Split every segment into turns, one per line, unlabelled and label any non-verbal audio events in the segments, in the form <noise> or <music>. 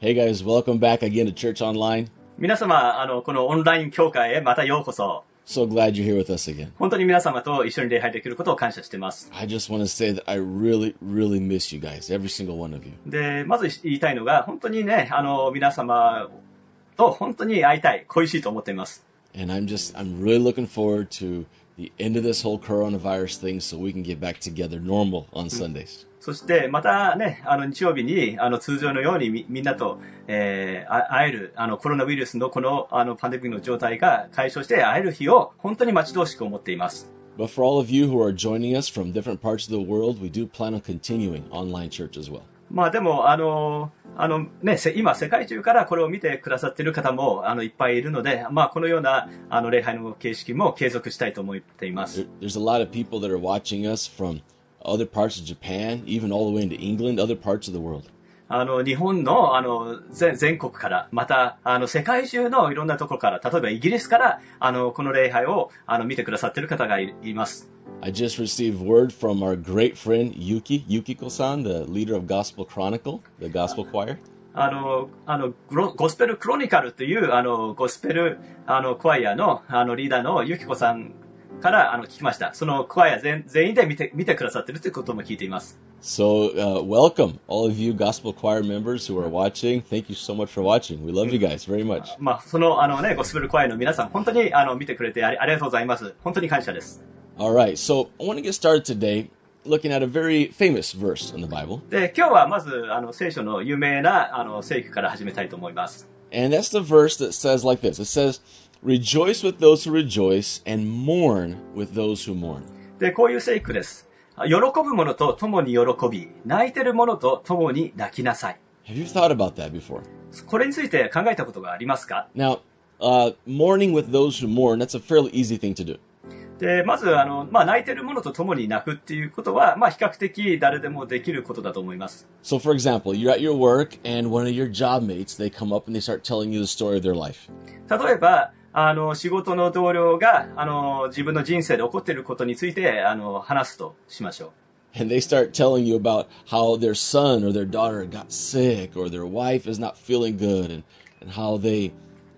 Hey guys, welcome back again to Church Online.
皆様、あの、このオンライン教会へまたようこそ。
So glad you're here with us again.
本当に皆様と一緒に礼拝できることを感謝しています。
I just want to say that I really, really miss you guys, every single one of you.
で、まず言いたいのが、本当にね、あの、皆様と本当に会いたい、恋しいと思っています。
And I'm just, I'm really looking forward to the end of this whole coronavirus thing so we can get back together normal on Sundays.
そして、またね、あの、日曜日に、あの、通常のようにみみんなと、えーあ会える、あの、コロナウイルスのこの、あの、パンデミックの状態が解消して会える日を本当に待ち遠しく思っています。
But for all of you who are joining us from different parts of the world, we do plan on continuing online church as well.
まあでも、あの、あのね、せ今世界中からこれを見てくださっている方も、あの、いっぱいいるので、まあこのような、あの、礼拝の形式も継続したいと思っています。
There's a lot of people that are watching us from other parts of Japan, even all the way into England, other parts of the world.
あの、日本の、あの、全全国から、また、あの、世界中のいろんなところから、例えばイギリスから、あの、この礼拝を、あの、見てくださっている方がいいます。
I just received word from our great friend Yuki, Yukiko-san, the leader of Gospel Chronicle, the gospel choir.
あの、あの、グロゴスペルクロニカルという、あの、ゴスペル、あの、クワイアの、あの、リーダーのユキコさんから、あの、聞きました。そのクワイア全全員で見て、見てくださってるということも聞いています。
So, uh, welcome all of you gospel choir members who are watching. Thank you so much for watching. We love you guys very much.
まあ、その、あのね、ゴスペルクワイアの皆さん、本当に、あの、見てくれてありありがとうございます。本当に感謝です。
All right, so I want to get started today looking at a very famous verse in the Bible,
で、今日はまず、あの、聖書の有名な、あの、聖句から始めたいと思います。
and that's the verse that says like this. It says, "Rejoice with those who rejoice and mourn with those who mourn."
で、こういう聖句です。喜ぶ者と共に喜び、泣いてる者と共に泣きなさい。
Have you thought about that before?
これについて考えたことがありますか
Now, uh, mourning with those who mourn, that's a fairly easy thing to do.
で、まず、あの、まあ、泣いてる者と共に泣くっていうことは、まあ、比較的誰でもできることだと思います。
So, for example, you're at your work and one of your job mates, they come up and they start telling you the story of their life.
例えば、あの、仕事の同僚が、あの、自分の人生で起こっていることについて、あの、話すとしましょ
And they start telling you about how their son or their daughter got sick or their wife is not feeling good and, and how they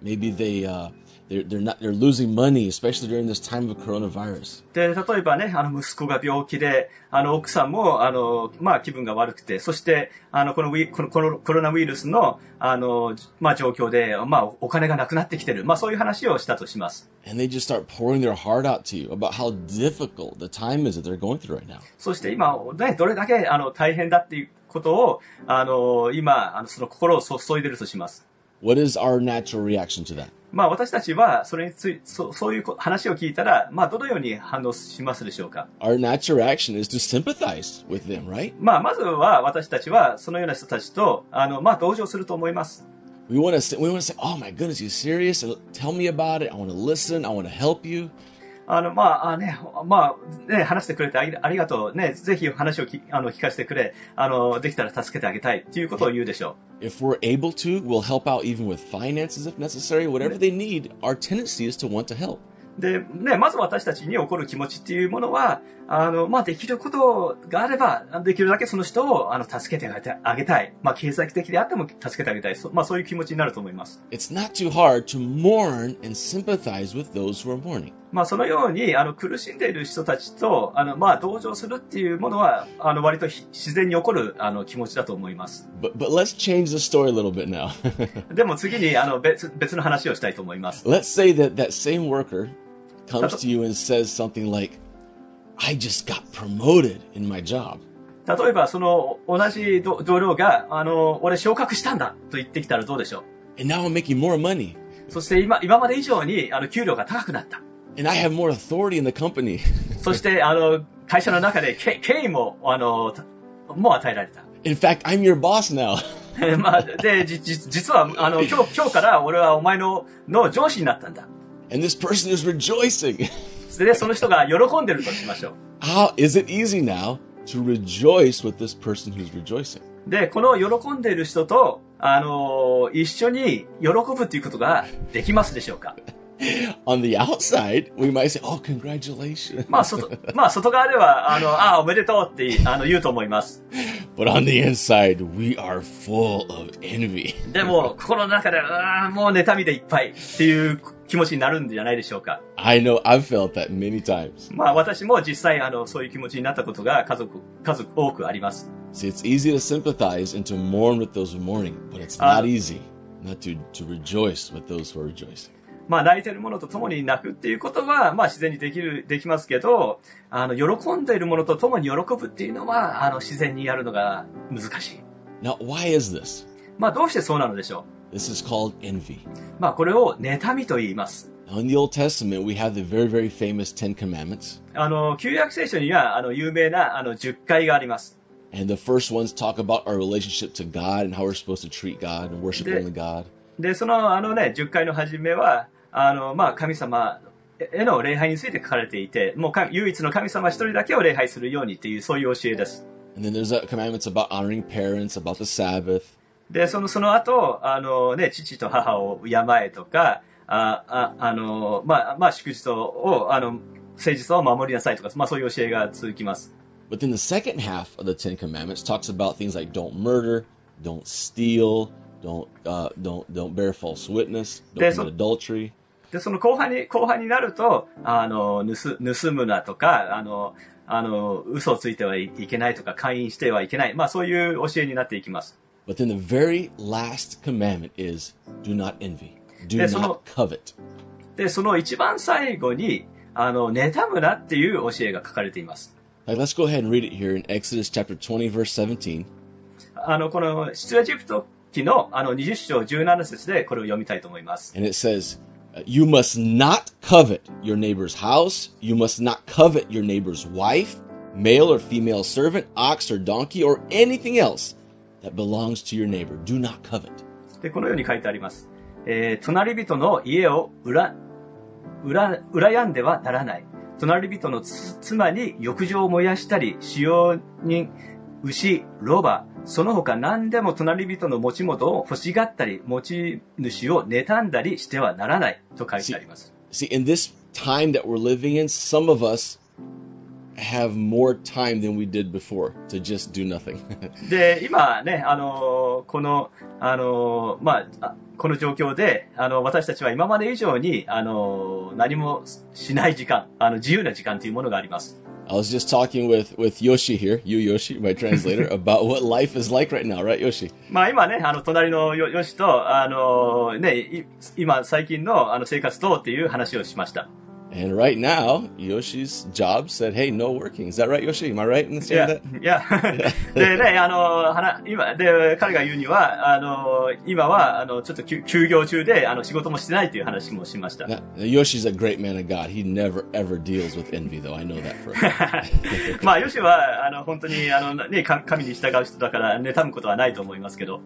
maybe they uh, they're, they're not they're losing money especially during this time of coronavirus.
う。で、例えばね、あの、息子が病気で、あの、奥さんも、あの、まあ、気分が悪くて、そして、あの、このウィ、この、このコロナウイルスの、あの、まあ、状況で、まあ、お金がなくなってきてる。まあ、そういう話をしたとします。
And they just start pouring their heart out to you about how difficult the time is that they're going through right now.
そして今、ね、どれだけあの大変だっていうことを、あの、今、あのその心を注いでるとします。
What is our natural reaction to that?
まあ私たちは、それについ、そそういうこ話を聞いたら、まあどのように反応しますでしょうか。
Our natural reaction is to sympathize with them, right?
まあまずは私たちは、そのような人たちと、あの、まあ同情すると思います。
We want to we want to say, "Oh my goodness, you serious? Tell me about it. I want to listen. I want to help you."
あの、まあ、あね、まあ、ね、話してくれてありありがとう。ね、ぜひ話をきあの聞かせてくれ。あの、できたら助けてあげたい。っていうことを言うでしょう。
If we're able to, we'll help out even with finances if necessary. Whatever they need, our tendency is to want to help.
で、ね、まず私たちに起こる気持ちっていうものは、あの、まあ、できることがあれば、できるだけその人を、あの、助けてあげたあげたい。まあ、経済的であっても助けてあげたい。そまあ、そういう気持ちになると思います。
It's not too hard to mourn and sympathize with those who are mourning.
まあ、そのように、あの、苦しんでいる人たちと、あの、まあ、同情するっていうものは、あの、割とひ自然に起こる、あの、気持ちだと思います。
But but let's change the story a little bit now. <laughs>
でも次に、あの、別、別の話をしたいと思います。
let's say that that same worker comes to you and says something like, "I just got promoted in my job."
例えば、その、同じ同同僚が、あの、俺昇格したんだと言ってきたらどうでしょう
And now I'm making more money.
そして今、今まで以上に、あの、給料が高くなった。
And I have more authority in the company. <laughs>
そして、あの、会社の中でけ権威も、あの、たもう与えられた。 <laughs>
in fact, I'm your boss now. <laughs>
まあ、で、じ、じ、実は、あの、今日、今日から俺はお前の、の上司になったんだ。
and this person is rejoicing. <laughs>
で、その人が喜んでるとしましょう。
How is it easy now to rejoice with this person who's rejoicing?
で、この喜んでる人と、あの、一緒に喜ぶということができますでしょうか。
On the outside, we might say, "Oh, congratulations!"
まあ、外、まあ、外側では、あの、ああ、おめでとうって、あの、言うと思います。
but on the inside, we are full of envy. <laughs>
でも、心の中で、うわーもう妬みでいっぱいっていう気持ちになるんじゃないでしょうか。
I know I've felt that many times.
まあ私も実際、あの、そういう気持ちになったことが家族、家族多くあります。
See, it's easy to sympathize and to mourn with those who mourning, but it's not easy not to, to rejoice with those who are rejoicing.
まあ泣いてるものと共に泣くっていうことは、まあ自然にできる、できますけど、あの、喜んでいるものと共に喜ぶっていうのは、あの、自然にやるのが難しい。
Now, why is this?
まあどうしてそうなのでしょ
This is called envy.
う。まあこれを妬みと言います。
Now, in the Old Testament, we have the very, very famous Ten Commandments,
あの、旧約聖書には、あの、有名な、あの、10回があります。
and the first ones talk about our relationship to God and how we're supposed to treat God and worship
The-
only God.
で、その、あのね、10回の初めは、あの、まあ、神様への礼拝について書かれていて、もうか唯一の神様一人だけを礼拝するようにっていう、そういう教えです。
And then there's uh, commandments about honoring parents, about the Sabbath.
で、その、その後、あのね、父と母を敬えとか、あ、あ、あの、まあ、まあ、祝日を、あの、誠実を守りなさいとか、まあ、そういう教えが続きます。
But then the second half of the Ten Commandments talks about things like don't murder, don't steal, don't uh, don't don't bear false witness, don't
There's a-
commit adultery.
で、その後半に、後半になると、あの、盗、盗むなとか、あの、あの、嘘をついてはいけないとか、勧誘してはいけない。まあ、そういう教えになっていきます。
But then the very last commandment is do not envy, do
There's a
not
lot-
covet.
で、その一番最後に、あの、妬むなっていう教えが書かれています。
Like, let's go ahead and read it here in Exodus chapter 20, verse 17.
あの、この、出エジプト記の、あの、20章17節でこれを読みたいと思います。
And it says, uh, You must not covet your neighbor's house. You must not covet your neighbor's wife, male or female servant, ox or donkey, or anything else that belongs to your neighbor. Do not covet.
で、このように書いてあります。えー隣人の家を裏、裏、羨んではならない。隣人のつ妻に浴場を燃やしたり、使用人、牛、ロバ、その他何でも隣人の持ち物を欲しがったり、持ち主を妬んだりしてはならないと書いてあります。
See, in this time that we're living in, some of us have more time than we did before to just do nothing. <laughs>
で、今ね、あのーこの、あのーまあ、あこの状況で、あの、私たちは今まで以上に、あのー何もしない時間、あの、自由な時間というものがあります。
I was just talking with, with Yoshi here, you Yoshi, my translator, about what life is like right now, right, Yoshi?
まあ今ね、あの、隣のよ、よしと、あのーね、い今、最近の、あの、生活どうっていう話をしました。
And right now, Yoshi's job said, "Hey, no working." Is that right, Yoshi? Am I right in
い
saying
や
that?、
いや、でね、あのーはな、今、で、彼が言うには、あのー今は、あの、ちょっと休休業中で、あの、仕事もしてないという話もしました。
Now, Yoshi's a great man of God. He never ever deals with envy, though. I know that for a
<laughs>
fact.
まあ、ヨシは、あの、本当に、あの、ね、か神に従う人だから、妬むことはないと思いますけど。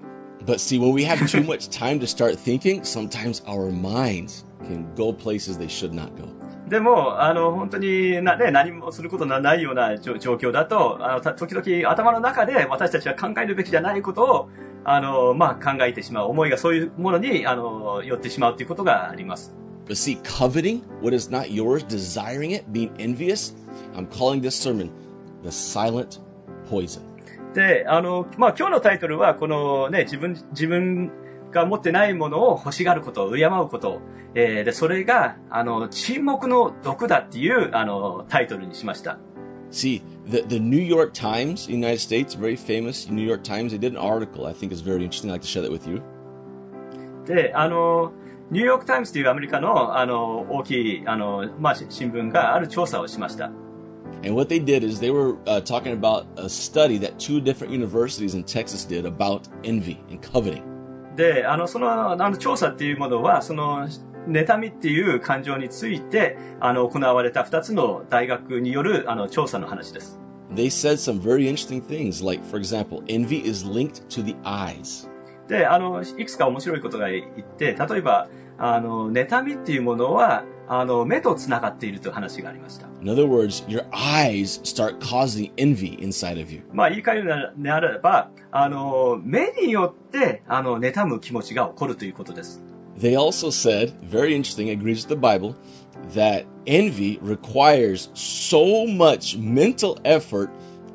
but see, when we have too much time to start thinking, sometimes our minds can go places they should not go.
でも、あの、本当にな、ね、何もすることのないような状状況だと、あの、た時々頭の中で私たちは考えるべきじゃないことを、あの、まあ、考えてしまう。思いがそういうものに、あの、寄ってしまうということがあります。
But see, coveting what is not yours, desiring it, being envious. I'm calling this sermon the silent poison.
で、あの、まあ、今日のタイトルは、このね、自分、自分が持ってないものを欲しがること、敬うこと、えーで、それが、あの、沈黙の毒だっていう、あの、タイトルにしました。
See, the, the New York Times, United States, very famous New York Times, they did an article I think is very interesting. I'd like to share that with you.
で、あの、ニューヨークタイムズというアメリカの、あの、大きい、あの、まあ、し新聞がある調査をしました。
And what they did is they were uh, talking about a study that two different universities in Texas did about envy and coveting.
で、あの、その、あの、調査っていうものは、その、妬みっていう感情について、あの、行われた二つの大学による、あの、調査の話です。
They said some very interesting things, like, for example, envy is linked to the eyes.
で、あの、いくつか面白いことが言って、例えば、あの、妬みっていうものは、あの、目と繋がっているという話がありました。
In other words, your eyes start causing envy inside of you.
まあ、言い換えるならならば、あの、目によって、あの、妬む気持ちが起こるということです。
They also said, very interesting, agrees with the Bible, that envy requires so much mental effort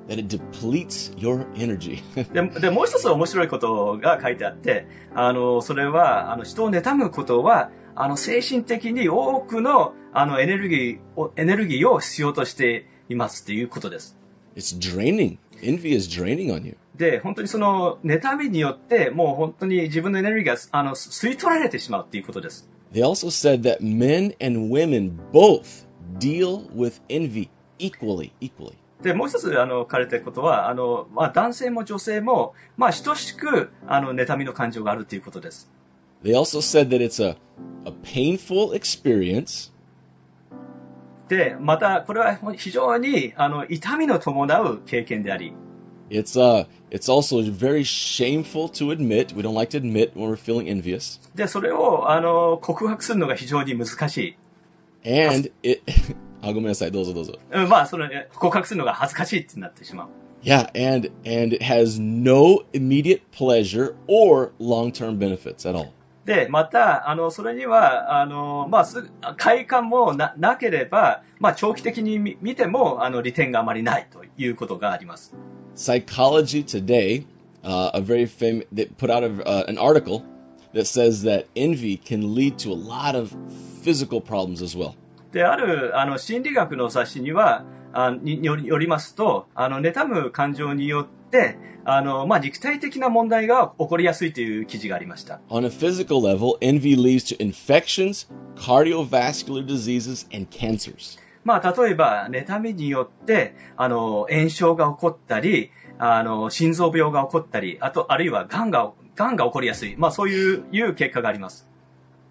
that it depletes your energy. <laughs>
で、で、もう一つ面白いことが書いてあって、あの、それは、あの、人を妬むことは、あの、精神的に多くの、あの、エネルギーを、エネルギーを必要としていますっていうことです。
it's draining. Envy is draining on you.
で、本当にその、妬みによって、もう本当に自分のエネルギーが、あの、吸い取られてしまうっていうことです。
They also said that men and women both deal with envy equally, equally.
で、もう一つ、あの、書かれてることは、あの、まあ、男性も女性も、まあ、等しく、あの、妬みの感情があるということです。
They also said that it's a, a painful experience
で、また、これは非常に、あの、痛みの伴う経験であり、
It's uh it's also very shameful to admit. We don't like to admit when we're feeling envious.
で、それを、あの、告白するのが非常に難しい。
And it <laughs> I'll go inside, those are those are.
うん、まあ、その、え告白するのが恥ずかしいってなってしまう。
Yeah, and and it has no immediate pleasure or long term benefits at all.
で、また、あの、それには、あの、まあ、すぐ、快感もな、なければ、まあ、長期的に見見ても、あの、利点があまりないということがあります。
Psychology Today, uh, a very famous, they put out a, uh, an article that says that envy can lead to a lot of physical problems as well.
で、ある、あの、心理学の冊子には、あにによりよりますと、あの、妬む感情によって、あの、まあ、肉体的な問題が起こりやすいという記事がありました。
On a physical level, envy leads to infections, cardiovascular diseases, and cancers.
まあ、例えば、妬みによって、あの、炎症が起こったり、あの、心臓病が起こったり、あと、あるいは、癌が、癌が起こりやすい。まあ、そういう、いう結果があります。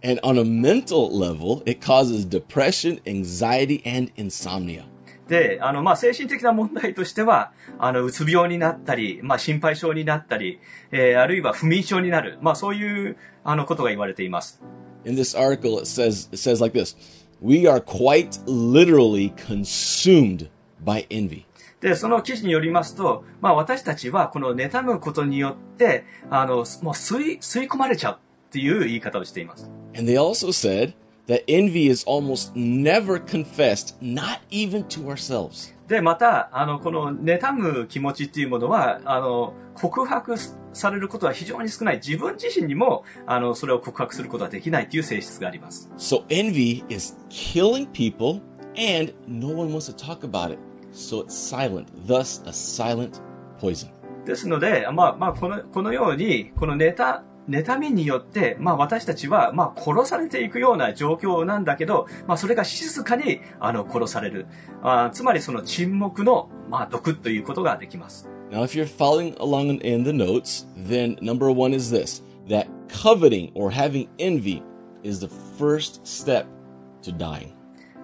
And on a mental level, it causes depression, anxiety, and insomnia.
で、あの、まあ、精神的な問題としては、あの、うつ病になったり、まあ、心配症になったり、えーあるいは不眠症になる。まあ、そういう、あの、ことが言われています。
In this article, it says it says like this: "We are quite literally consumed by envy."
で、その記事によりますと、まあ、私たちは、この妬むことによって、あの、すもう吸い、吸い込まれちゃうっていう言い方をしています。
And they also said that envy is almost never confessed, not even to ourselves.
で、また、あの、この妬む気持ちっていうものは、あの、告白されることは非常に少ない。自分自身にも、あの、それを告白することはできないっていう性質があります。
So envy is killing people, and no one wants to talk about it. So it's silent, thus a silent poison.
ですので、まあ、まあ、この、このように、この妬、妬みによって、まあ、私たちは、まあ、殺されていくような状況なんだけど、まあ、それが静かに、あの、殺される。あーつまり、その沈黙の、まあ、毒ということができます。
Now, if you're following along in the notes, then number one is this that coveting or having envy is the first step to dying.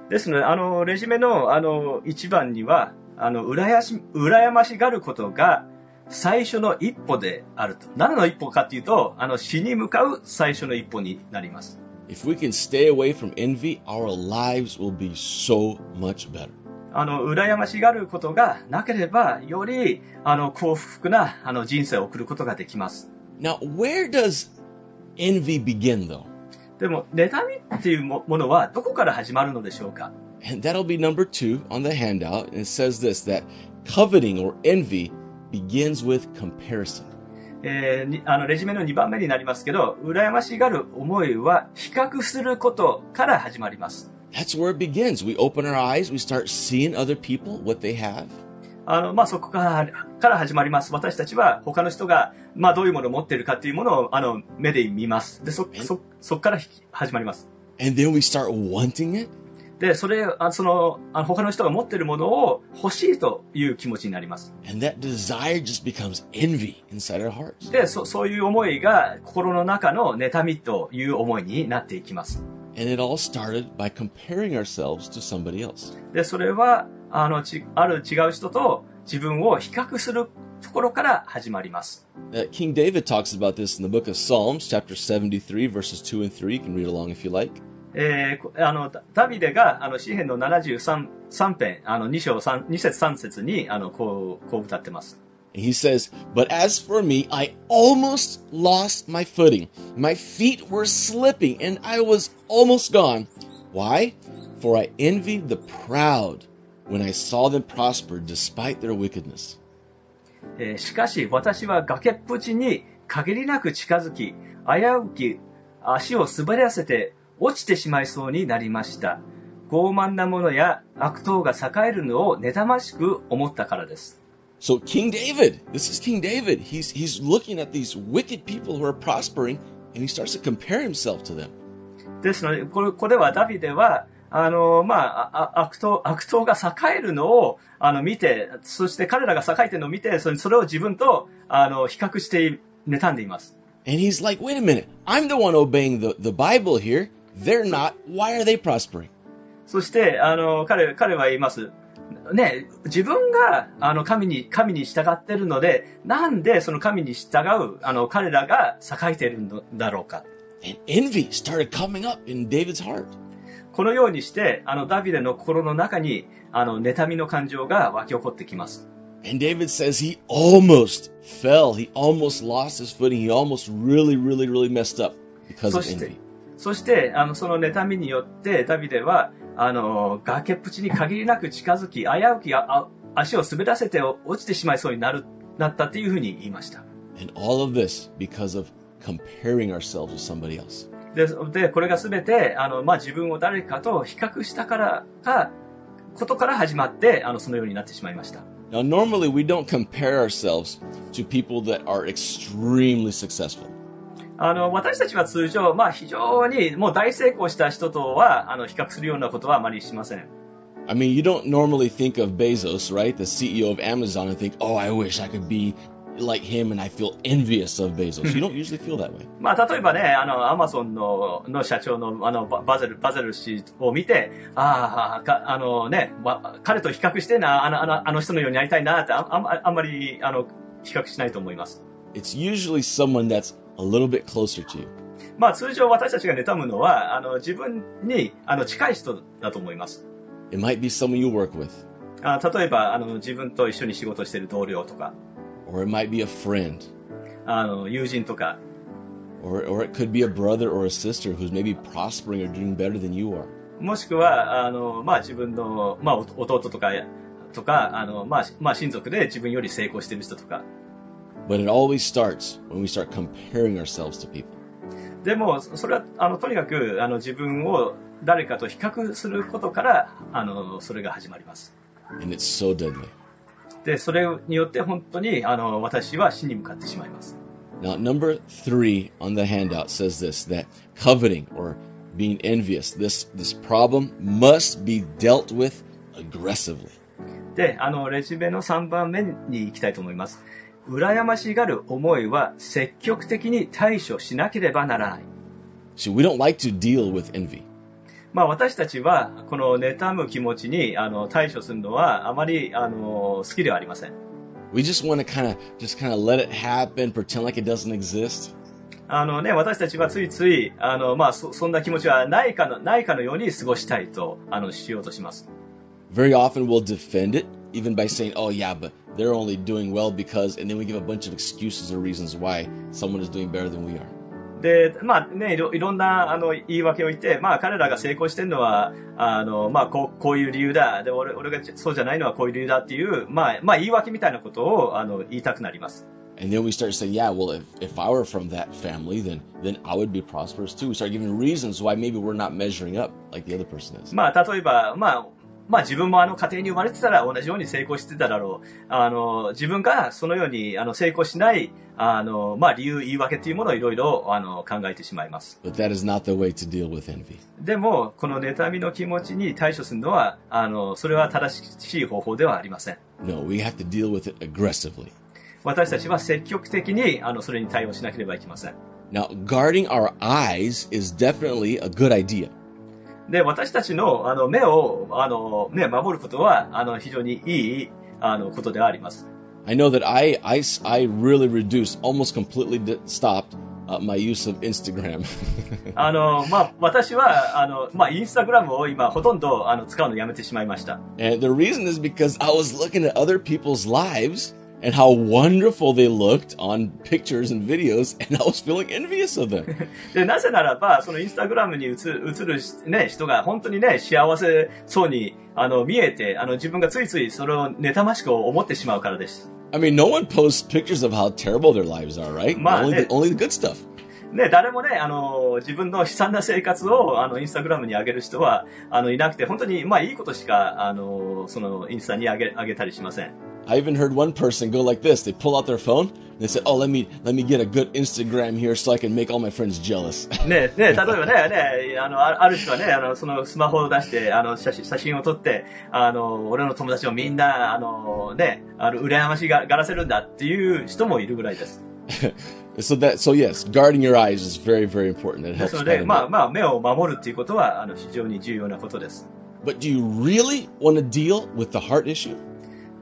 ですので、あの、レジュメの、あの、一番には、あの、羨し、羨ましがることが、最初の一歩であると。何の一歩かっていうと、あの、死に向かう最初の一歩になります。
If we can stay away from envy, our lives will be so much better.
あの、羨ましがることがなければ、より、あの、幸福な、あの、人生を送ることができます。
Now, where does envy begin, though?
でも、妬みっていうもものは、どこから始まるのでしょうか
And that'll be number two on the handout. And it says this that coveting or envy begins with comparison.
えーにあの、レジュメの2番目になりますけど、羨ましがる思いは、比較することから始まります。
That's where it begins. We open our eyes, we start seeing other people, what they have.
あの、まあ、そこから、から始まります。私たちは、他の人が、まあ、どういうものを持っているかっていうものを、あの、目で見ます。で、そ、そ、そこからひ始まります。
And then we start wanting it.
で、それ、あその、あの他の人が持っているものを欲しいという気持ちになります。
And that desire just becomes envy inside our hearts.
で、そそういう思いが心の中の妬みという思いになっていきます。
And it all started by comparing ourselves to somebody else.
で、それは、あの、ち、ある違う人と自分を比較するところから始まります。
Uh, King David talks about this in the book of Psalms, chapter 73, verses 2 and 3. You can read along if you like.
えーこあの、ダダビデが、あの、詩篇の73、3編、あの、2章3、2節3節に、あの、こう、こう歌ってます。
And he says, But as for me, I almost lost my footing. My feet were slipping, and I was almost gone. Why? For I envied the proud when I saw them prosper despite their wickedness.
えーしかし私は崖っぷちに限りなく近づき、危うき足を滑らせて落ちてしまいそうになりました。傲慢なものや悪党が栄えるのを妬ましく思ったからです。
So King David, this is King David. He's he's looking at these wicked people who are prospering, and he starts to compare himself to them.
ですので、これこれはダビデは、あの、まあ、ああ悪党、悪党が栄えるのを、あの、見て、そして彼らが栄えてるのを見て、それそれを自分と、あの、比較して、妬んでいます。
And he's like, wait a minute, I'm the one obeying the, the Bible here. They're not. Why are they prospering?
そして、あの、彼、彼は言います。ね、自分が、あの、神に、神に従ってるので、なんでその神に従う、あの、彼らが栄えてるんだろうか。
And envy started coming up in David's heart.
このようにして、あの、ダビデの心の中に、あの、妬みの感情が湧き起こってきます。
And David says he almost fell. He almost lost his footing. He almost really, really, really messed up because
そ
of
して
envy.、
そして、あの、その妬みによって、ダビデは、あの、崖っぷちに限りなく近づき、危うきああ足を滑らせて落ちてしまいそうになる、なったっていうふうに言いました。
And all of this because of comparing ourselves with somebody else.
で、でこれが全て、あの、まあ、自分を誰かと比較したからか、ことから始まって、あの、そのようになってしまいました。
Now, normally we don't compare ourselves to people that are extremely successful.
あの、私たちは通常、まあ、非常にもう大成功した人とは、あの、比較するようなことはあまりしません。
I mean, you don't normally think of Bezos, right? The CEO of Amazon and think, oh, I wish I could be like him and I feel envious of Bezos. you don't usually feel that way.
まあ、例えばね、あの、アマゾンの、の社長の、あの、ババゼル、バゼル氏を見て、ああ、か、あのね、わ彼と比較してな、あの、あの、あの人のようになりたいな、って、ああんまあんまり、あの、比較しないと思います。
It's usually someone that's a little bit closer to you.
まあ、通常私たちが妬むのは、あの、自分に、あの、近い人だと思います。
It might be someone you work with,
あ例えば、あの、自分と一緒に仕事してる同僚とか、
or it might be a friend,
あの、友人とか、
or, or it could be a brother or a sister who's maybe prospering or doing better than you are.
もしくは、あの、まあ、自分の、まあ、お弟とか、とか、あの、まあ、まあ、親族で自分より成功してる人とか。
But it always starts when we start comparing ourselves to people.
でも、そそれは、あの、とにかく、あの、自分を誰かと比較することから、あの、それが始まります。
And it's so deadly.
で、それによって本当に、あの、私は死に向かってしまいます。
Now, number three on the handout says this that coveting or being envious, this, this problem must be dealt with aggressively.
で、あの、レジュメの3番目に行きたいと思います。羨ましがる思いは積極的に対処しなければならない。
See, we don't like to deal with envy.
まあ私たちは、この妬む気持ちに、あの、対処するのは、あまり、あの、好きではありません。
We just want to kind of just kind of let it happen, pretend like it doesn't exist.
あのね、私たちはついつい、あの、まあそ、そんな気持ちはないかの、ないかのように過ごしたいと、あの、しようとします。
Very often we'll defend it, even by saying, "Oh yeah, but they're only doing well because," and then we give a bunch of excuses or reasons why someone is doing better than we are.
で、まあね、いろいろんなあの言い訳を言って、まあ彼らが成功してるのは、あの、まあこうこういう理由だ。で、俺俺がそうじゃないのはこういう理由だっていう、まあ、まあ言い訳みたいなことをあの言いたくなります。
And then we start saying, yeah, well, if, if I were from that family, then then I would be prosperous too. We start giving reasons why maybe we're not measuring up like the other person is.
まあ例えば、まあ、まあ自分もあの家庭に生まれてたら同じように成功してただろう。あの、自分がそのようにあの成功しない、あの、まあ理由、言い訳っていうものをいろいろあの考えてしまいます。
But that is not the way to deal with envy.
でも、この妬みの気持ちに対処するのは、あの、それは正しい方法ではありません。
No, we have to deal with it aggressively.
私たちは積極的にあのそれに対応しなければいけません。
Now, guarding our eyes is definitely a good idea.
で、私たちのあの目をあの、ね、守ることはあの非常にいいあのことではあります。
I know that I I, s- I really reduced, almost completely di- stopped uh, my use of Instagram. <laughs>
あの、まあ、私は、あの、まあ、インスタグラムを今ほとんどあの使うのやめてしまいました。
and the reason is because I was looking at other people's lives and how wonderful they looked on pictures and videos, and I was feeling envious of them.
で、なぜならば、そのインスタグラムに映る、映るしね、人が本当にね、幸せそうに、あの、見えて、あの、自分がついついそれを妬ましく思ってしまうからです。
I mean, no one posts pictures of how terrible their lives are, right?
Ma,
only,
yeah.
the, only the good stuff.
ね、誰もね、あの、自分の悲惨な生活を、あの、インスタグラムに上げる人は、あの、いなくて、本当に、まあ、いいことしか、あの、その、インスタに上げ、上げたりしません。
I even heard one person go like this. They pull out their phone. And they said, "Oh, let me let me get a good Instagram here so I can make all my friends jealous."
ね、ね、例えばね、ね、あの、あある人はね、あの、その、スマホを出して、あの、写真、写真を撮って、あの、俺の友達をみんな、あの、ね、あの、羨ましががらせるんだっていう人もいるぐらいです。
so that so yes, guarding your eyes is very very important. It
で
helps.
すの
quite
で、
a
まあ
bit.
まあ、目を守るっていうことは、あの、非常に重要なことです。
But do you really want to deal with the heart issue?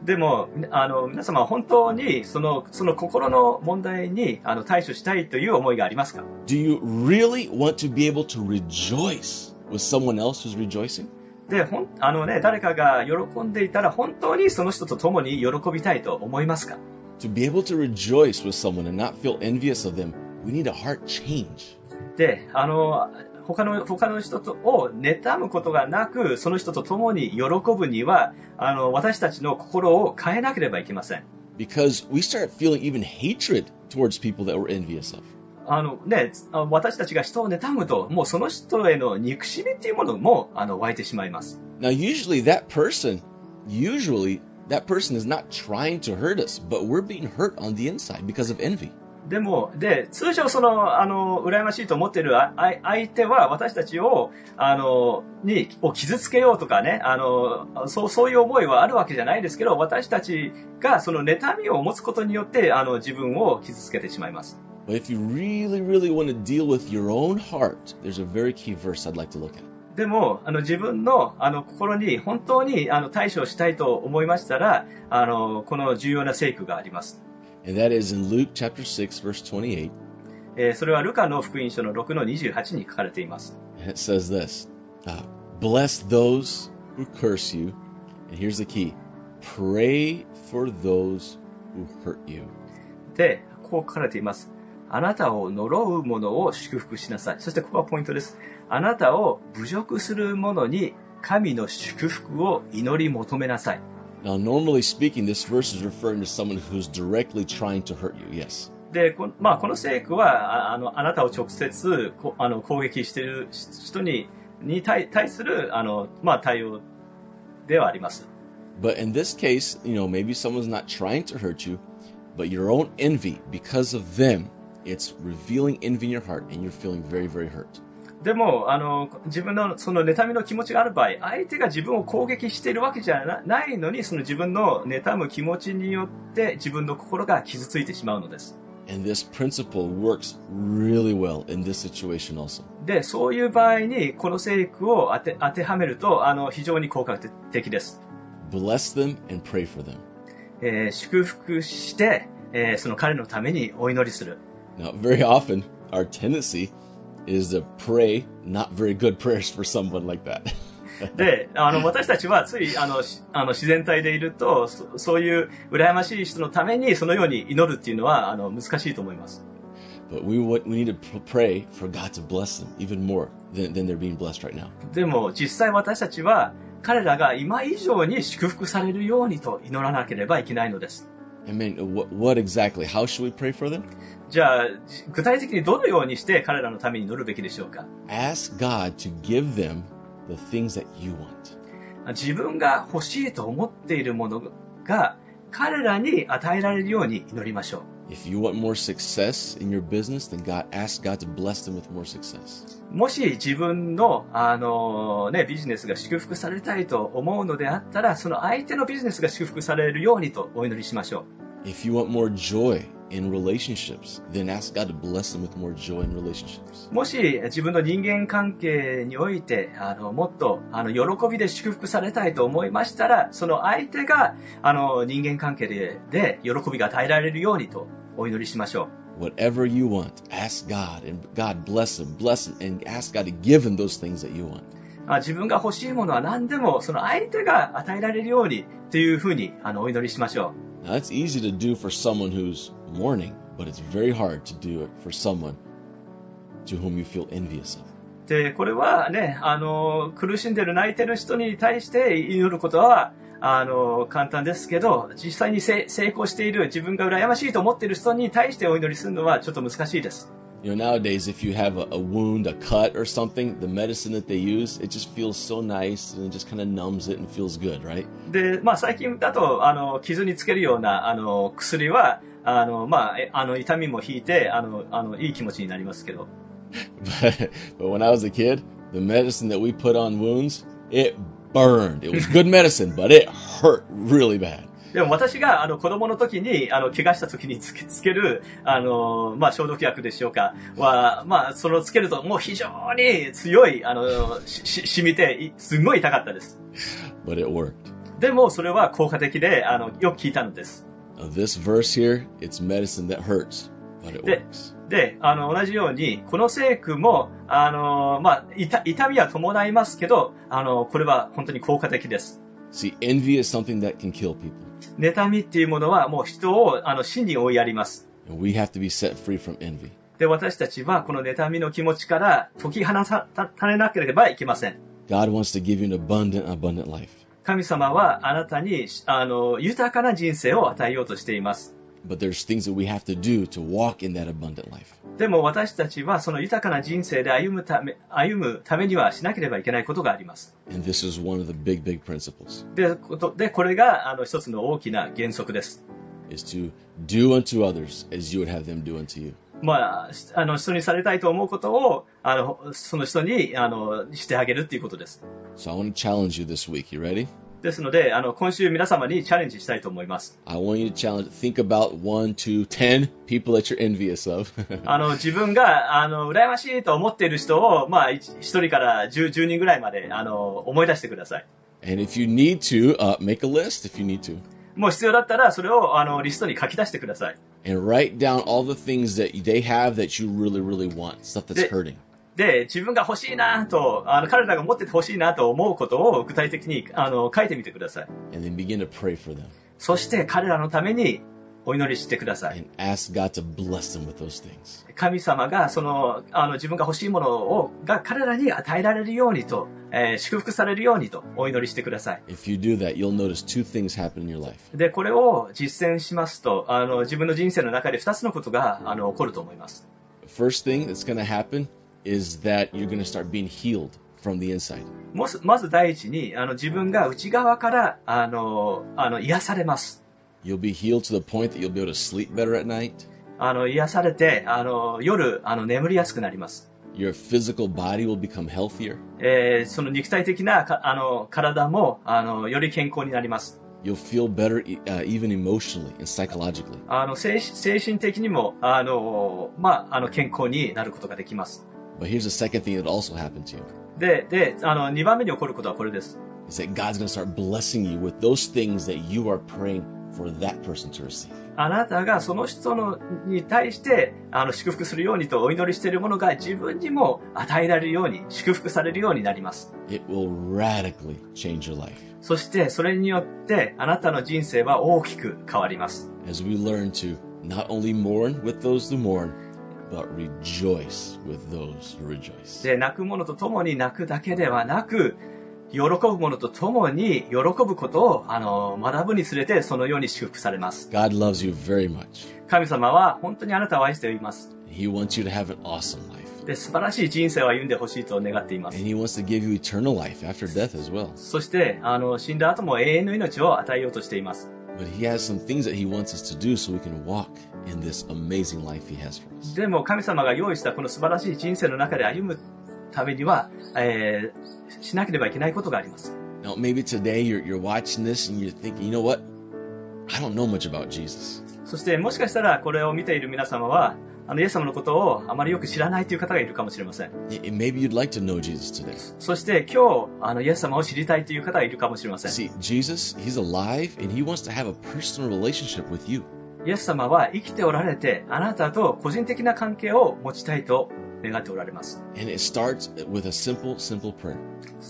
でも、あの、皆様は本当に、その、その心の問題に、あの、対処したいという思いがありますか
Do you really want to be able to rejoice with someone else who's rejoicing?
で、ほん、あのね、誰かが喜んでいたら、本当にその人と共に喜びたいと思いますか
To be able to rejoice with someone and not feel envious of them, we need a heart change.
で、あの、他の、他の人と、を妬むことがなく、その人と共に喜ぶには、あの、私たちの心を変えなければいけません。
Because we start feeling even hatred towards people that we're envious of.
あのね、あ私たちが人を妬むと、もうその人への憎しみっていうものも、あの、湧いてしまいます。
Now, usually that person, usually that person is not trying to hurt us, but we're being hurt on the inside because of envy.
でも、で、通常その、あの、羨ましいと思っているああ相手は私たちを、あの、に、を傷つけようとかね、あの、そう、そういう思いはあるわけじゃないですけど、私たちがその妬みを持つことによって、あの、自分を傷つけてしまいます。
But if you really, really want to deal with your own heart, there's a very key verse I'd like to look at.
でも、あの、自分の、あの、心に本当に、あの、対処したいと思いましたら、あの、この重要な聖句があります。
And that is in Luke chapter 6, verse 28.
えーそれはルカの福音書の6の28に書かれています。
And it says this uh, Bless those who curse you. And here's the key pray for those who hurt you.
で、こう書かれています。あなたを呪う者を祝福しなさい。そしてここがポイントです。あなたを侮辱する者に神の祝福を祈り求めなさい。
Now, normally speaking, this verse is referring to someone who's directly trying to hurt you. Yes.
で、このまあ、この聖句は、ああの、あなたを直接、こあの、攻撃しているし人に、に対対する、あの、まあ、対応ではあります。
But in this case, you know, maybe someone's not trying to hurt you, but your own envy, because of them, it's revealing envy in your heart and you're feeling very, very hurt.
でも、あの、自分のその妬みの気持ちがある場合、相手が自分を攻撃しているわけじゃなないのに、その自分の妬む気持ちによって自分の心が傷ついてしまうのです。
And this principle works really well in this situation also.
で、そういう場合に、この聖句を当て当てはめると、あの、非常に効果的です。
Bless them and pray for them.
えー祝福して、えーその彼のためにお祈りする。
Now, <laughs> very often, our tendency is to pray not very good prayers for someone like that. <laughs>
で、あの、私たちはつい、あの、しあの自然体でいると、そそういう羨ましい人のために、そのように祈るっていうのは、あの、難しいと思います。
But we, want, we need to pr- pray for God to bless them even more than, than they're being blessed right now.
でも実際私たちは彼らが今以上に祝福されるようにと祈らなければいけないのです。
I mean, what, what exactly? How should we pray for them?
じゃあ、じ具体的にどのようにして彼らのために祈るべきでしょうか
ask God to give them the things that you want.
自分が欲しいと思っているものが彼らに与えられるように祈りましょう。
If you want more success in your business, then God ask God to bless them with more success.
もし自分の、あのね、ビジネスが祝福されたいと思うのであったら、その相手のビジネスが祝福されるようにとお祈りしましょう。
If you want more joy in relationships, then ask God to bless them with more joy in relationships.
もし自分の人間関係においてあのもっとあの喜びで祝福されたいと思いましたらその相手があの人間関係でで喜びが与えられるようにとお祈りしましょう
Whatever you want, ask God and God bless them, bless them, and ask God to give them those things that you want.
あ自分が欲しいものは何でもその相手が与えられるようにというふうにあのお祈りしましょ
Now that's easy to do for someone who's mourning, but it's very hard to do it for someone to whom you feel envious of.
うでこれはねあの苦しんでる泣いてる人に対して祈ることはあの、簡単ですけど、実際にせ成功している、自分が羨ましいと思っている人に対してお祈りするのはちょっと難しいです。
You know, nowadays, if you have a, a wound, a cut, or something, the medicine that they use, it just feels so nice and it just kind of numbs it and feels good, right? <laughs>
で、まあ最近だと、あの、傷につけるような、あの、薬は、あの、まあ、えあの、痛みも引いて、あの、あの、いい気持ちになりますけど。
But, but when I was a kid, the medicine that we put on wounds, it burned. It was good <laughs> medicine, but it hurt really bad.
でも私が、あの、子供の時に、あの、怪我した時につけ、つける、あの、まあ、消毒薬でしょうか、は、まあ、それをつけると、もう非常に強い、あの、し、し、染みて、いすごい痛かったです。
But it worked.
でも、それは効果的で、あの、よく効いたのです。
Now, this verse here, it's medicine that hurts, but it
Th-
works.
で、あの、同じように、この聖句も、あの、まあ、痛、痛みは伴いますけど、あの、これは本当に効果的です。
See, envy is something that can kill people.
妬みっていうものはもう人を、あの、死に追いやります。
And we have to be set free from envy.
で、私たちはこの妬みの気持ちから解き放さ、た、たれなければいけません。
God wants to give you an abundant, abundant life.
神様はあなたに、あの、豊かな人生を与えようとしています。
But there's things that we have to do to walk in that abundant life.
でも私たちはその豊かな人生で歩むため、歩むためにはしなければいけないことがあります。
And this is one of the big, big principles,
で、こと、で、これが、あの、一つの大きな原則です。
is to do unto others as you would have them do unto you.
まあ、しあの、人にされたいと思うことを、あの、その人に、あの、してあげるっていうことです。
So I want to challenge you this week. You ready?
ですので、あの、今週皆様にチャレンジしたいと思います。
I want you to challenge, think about one, two, ten people that you're envious of. <laughs>
あの、自分が、あの、羨ましいと思っている人を、まあ、一一人から十、十人ぐらいまで、あの、思い出してください。
and if you need to, uh, make a list if you need to.
もう必要だったら、それを、あの、リストに書き出してください。
And write down all the things that they have that you really, really want, stuff that's
Th-
hurting.
で、自分が欲しいなと、あの、彼らが持ってて欲しいなと思うことを具体的に、あの、書いてみてください。
And then begin to pray for them
そして、彼らのために、お祈りしてください。
and ask God to bless them with those things.
神様がそのあの自分が欲しいものをが彼らに与えられるようにと、えー祝福されるようにとお祈りしてください。
If you do that, you'll notice two things happen in your life.
で、これを実践しますと、あの自分の人生の中で2つのことがあの起こると思います。
The first thing that's going to happen is that you're going to start being healed from the inside.
もしまず第一に、あの自分が内側からあのあの癒されます。
You'll be healed to the point that you'll be able to sleep better at night.
あの癒されて、あの夜あの眠りやすくなります。
Your physical body will become healthier.
えーその肉体的なかあの体もあのより健康になります。
You'll feel better e- uh, even emotionally and psychologically.
あの精神精神的にもあの、まあ、あの健康になることができます。
But here's the second thing that also happened to you
で、で、あの、2番目に起こることはこれです。
is that God's going to start blessing you with those things that you are praying for that person to receive.
あなたがその人のに対して、あの、祝福するようにとお祈りしているものが自分にも与えられるように、祝福されるようになります。
It will radically change your life
そして、それによって、あなたの人生は大きく変わります。
as we learn to not only mourn with those who mourn, but rejoice with those who rejoice.
で、泣く者と共に泣くだけではなく、喜ぶ者と共に喜ぶことを、あの、学ぶにつれて、そのように祝福されます。
God loves you very much.
神様は本当にあなたを愛しています。
He wants you to have an awesome life.
で、素晴らしい人生を歩んでほしいと願っていま
And
す。
He wants to give you eternal life after death as well.
そして、あの、死んだ後も永遠の命を与えようとしています。
But He has some things that He wants us to do so we can walk in this amazing life He has for us.
でも、神様が用意したこの素晴らしい人生の中で歩むためには、えーしなければいけないことがあります。
Now, maybe today you're, you're watching this and you're thinking, you know what? I don't know much about Jesus.
そして、もしかしたらこれを見ている皆様は、あの、イエス様のことをあまりよく知らないという方がいるかもしれません。
Y- and Maybe you'd like to know Jesus today.
そして、今日、あの、イエス様を知りたいという方がいるかもしれません。
See, Jesus, He's alive and He wants to have a personal relationship with you.
イエス様は生きておられて、あなたと個人的な関係を持ちたいと願っておられます。
And it starts with a simple, simple prayer.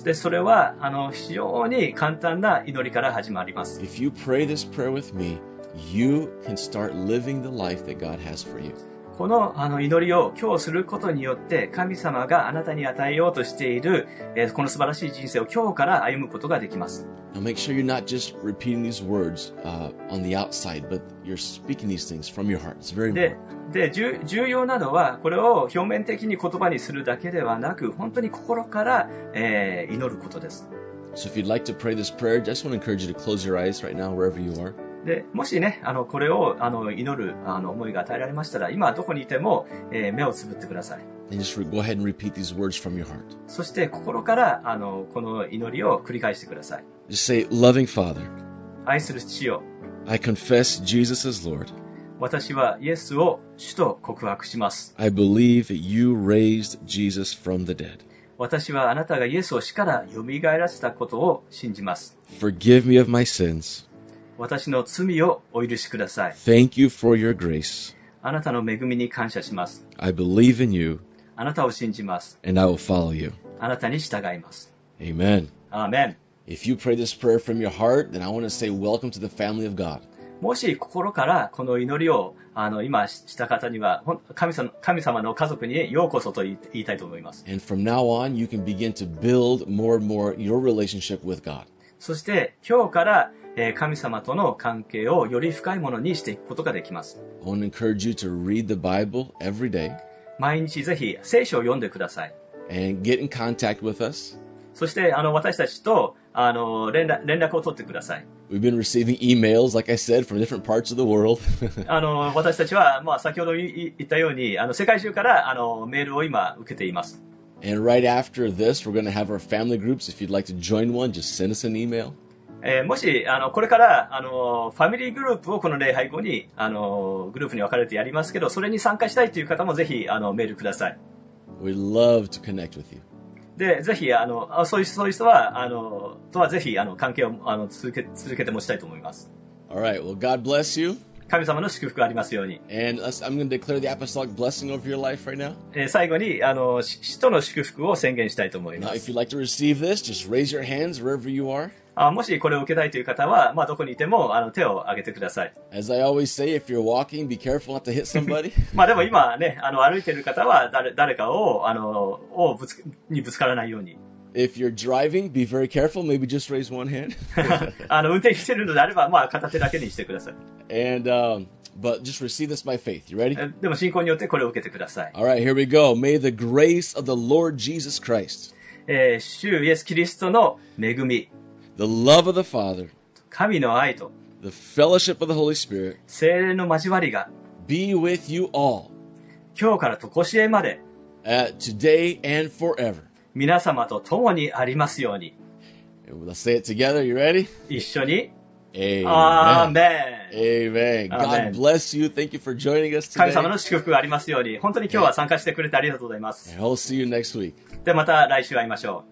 で、それは、あの、非常に簡単な祈りから始まります。
If you pray this prayer with me, you can start living the life that God has for you.
このあの祈りを今日することによって神様があなたに与えようとしている、えーこの素晴らしい人生を今日から歩むことができます。
Now make sure you're not just repeating these words uh, on the outside, but you're speaking these things from your heart. It's very
で
important.
で重重要なのはこれを表面的に言葉にするだけではなく本当に心から、えー祈ることです
So if you'd like to pray this prayer, I just want to encourage you to close your eyes right now, wherever you are.
でもしねあのこれをあの祈るあの思いが与えられましたら今どこにいても、えー目をつぶってください
And just re- go ahead and repeat these words from your heart.
そして心からあのこの祈りを繰り返してください
Just say, Loving Father,
愛する父よ
I confess Jesus as Lord.
私はイエスを主と告白します
I believe that you raised Jesus from the dead.
私はあなたがイエスを死から蘇らせたことを信じます
Forgive me of my sins.
私の罪をお許しください
Thank you for your grace.
あなたの恵みに感謝します
I believe in you
あなたを信じます。
and I will follow you.
あなたに従います。
Amen.
アーメン。
If you pray this prayer from your heart, then I want to say welcome to the family of God.
もし心からこの祈りをあの今した方にはほん神様、神様の家族にようこそと言い言いたいと思います。
And from now on, you can begin to build more and more your relationship with God.
そして今日から、えー神様との関係をより深いものにしていくことができます。
I want to encourage you to read the Bible every day
毎日ぜひ聖書を読んでください。
and get in contact with us.
そしてあの私たちとあの連絡連絡を取ってください。
We've been receiving emails, like I said, from different parts of the world. <laughs>
あの私たちは、まあ、先ほど言言ったようにあの世界中からあのメールを今受けています。
and right after this, we're going to have our family groups. If you'd like to join one, just send us an email.
えーもし、あの、これから、あの、ファミリーグループをこの礼拝後に、あの、グループに分かれてやりますけど、それに参加したいという方もぜひ、あの、メールください。
We'd love to connect with you.
で、ぜひ、あの、あそういう、そういう人は、あの、とはぜひ、あの、関係を、あの、続け、続けて持ちたいと思います。
All right. Well, God bless you.
神様の祝福がありますように。
And let's, I'm going to declare the apostolic blessing over your life right now.
えー最後に、あの、し使徒の祝福を宣言したいと思い
Now,
ま
if
す
you'd。like to receive this, just raise your hands wherever you are.
あもしこれを受けたいという方は、まあ、どこにいても、あの、手を挙げてください。
As I always say, if you're walking, be careful not to hit somebody.
まあ、でも今ね、あの、歩いている方は、誰、誰かを、あの、をぶつけ、にぶつからないよう <laughs> に。
if you're driving, be very careful. Maybe just raise one hand.
あの、運転してるのであれば、まあ、片手だけにしてください。
and um, but just receive this by faith. You ready?
えでも、信仰によってこれを受けてください。
All right, here we go. May the grace of the Lord Jesus Christ,
えー主イエス・キリストの恵み、
the love of the Father,
神の愛と、
the fellowship of the Holy Spirit,
精霊の交わりが、
be with you all
今日からとこしえまで、
uh, today and forever.
皆様と共にありますように、
And let's say it together. You ready?
一緒に、
Amen.
アーメン
Amen. God
Amen.
bless you. Thank you for joining us
神
today.
様の祝福がありますように、本当に今日は参加してくれてありがとうございます。
And I'll see you next week.
で、また来週会いましょう。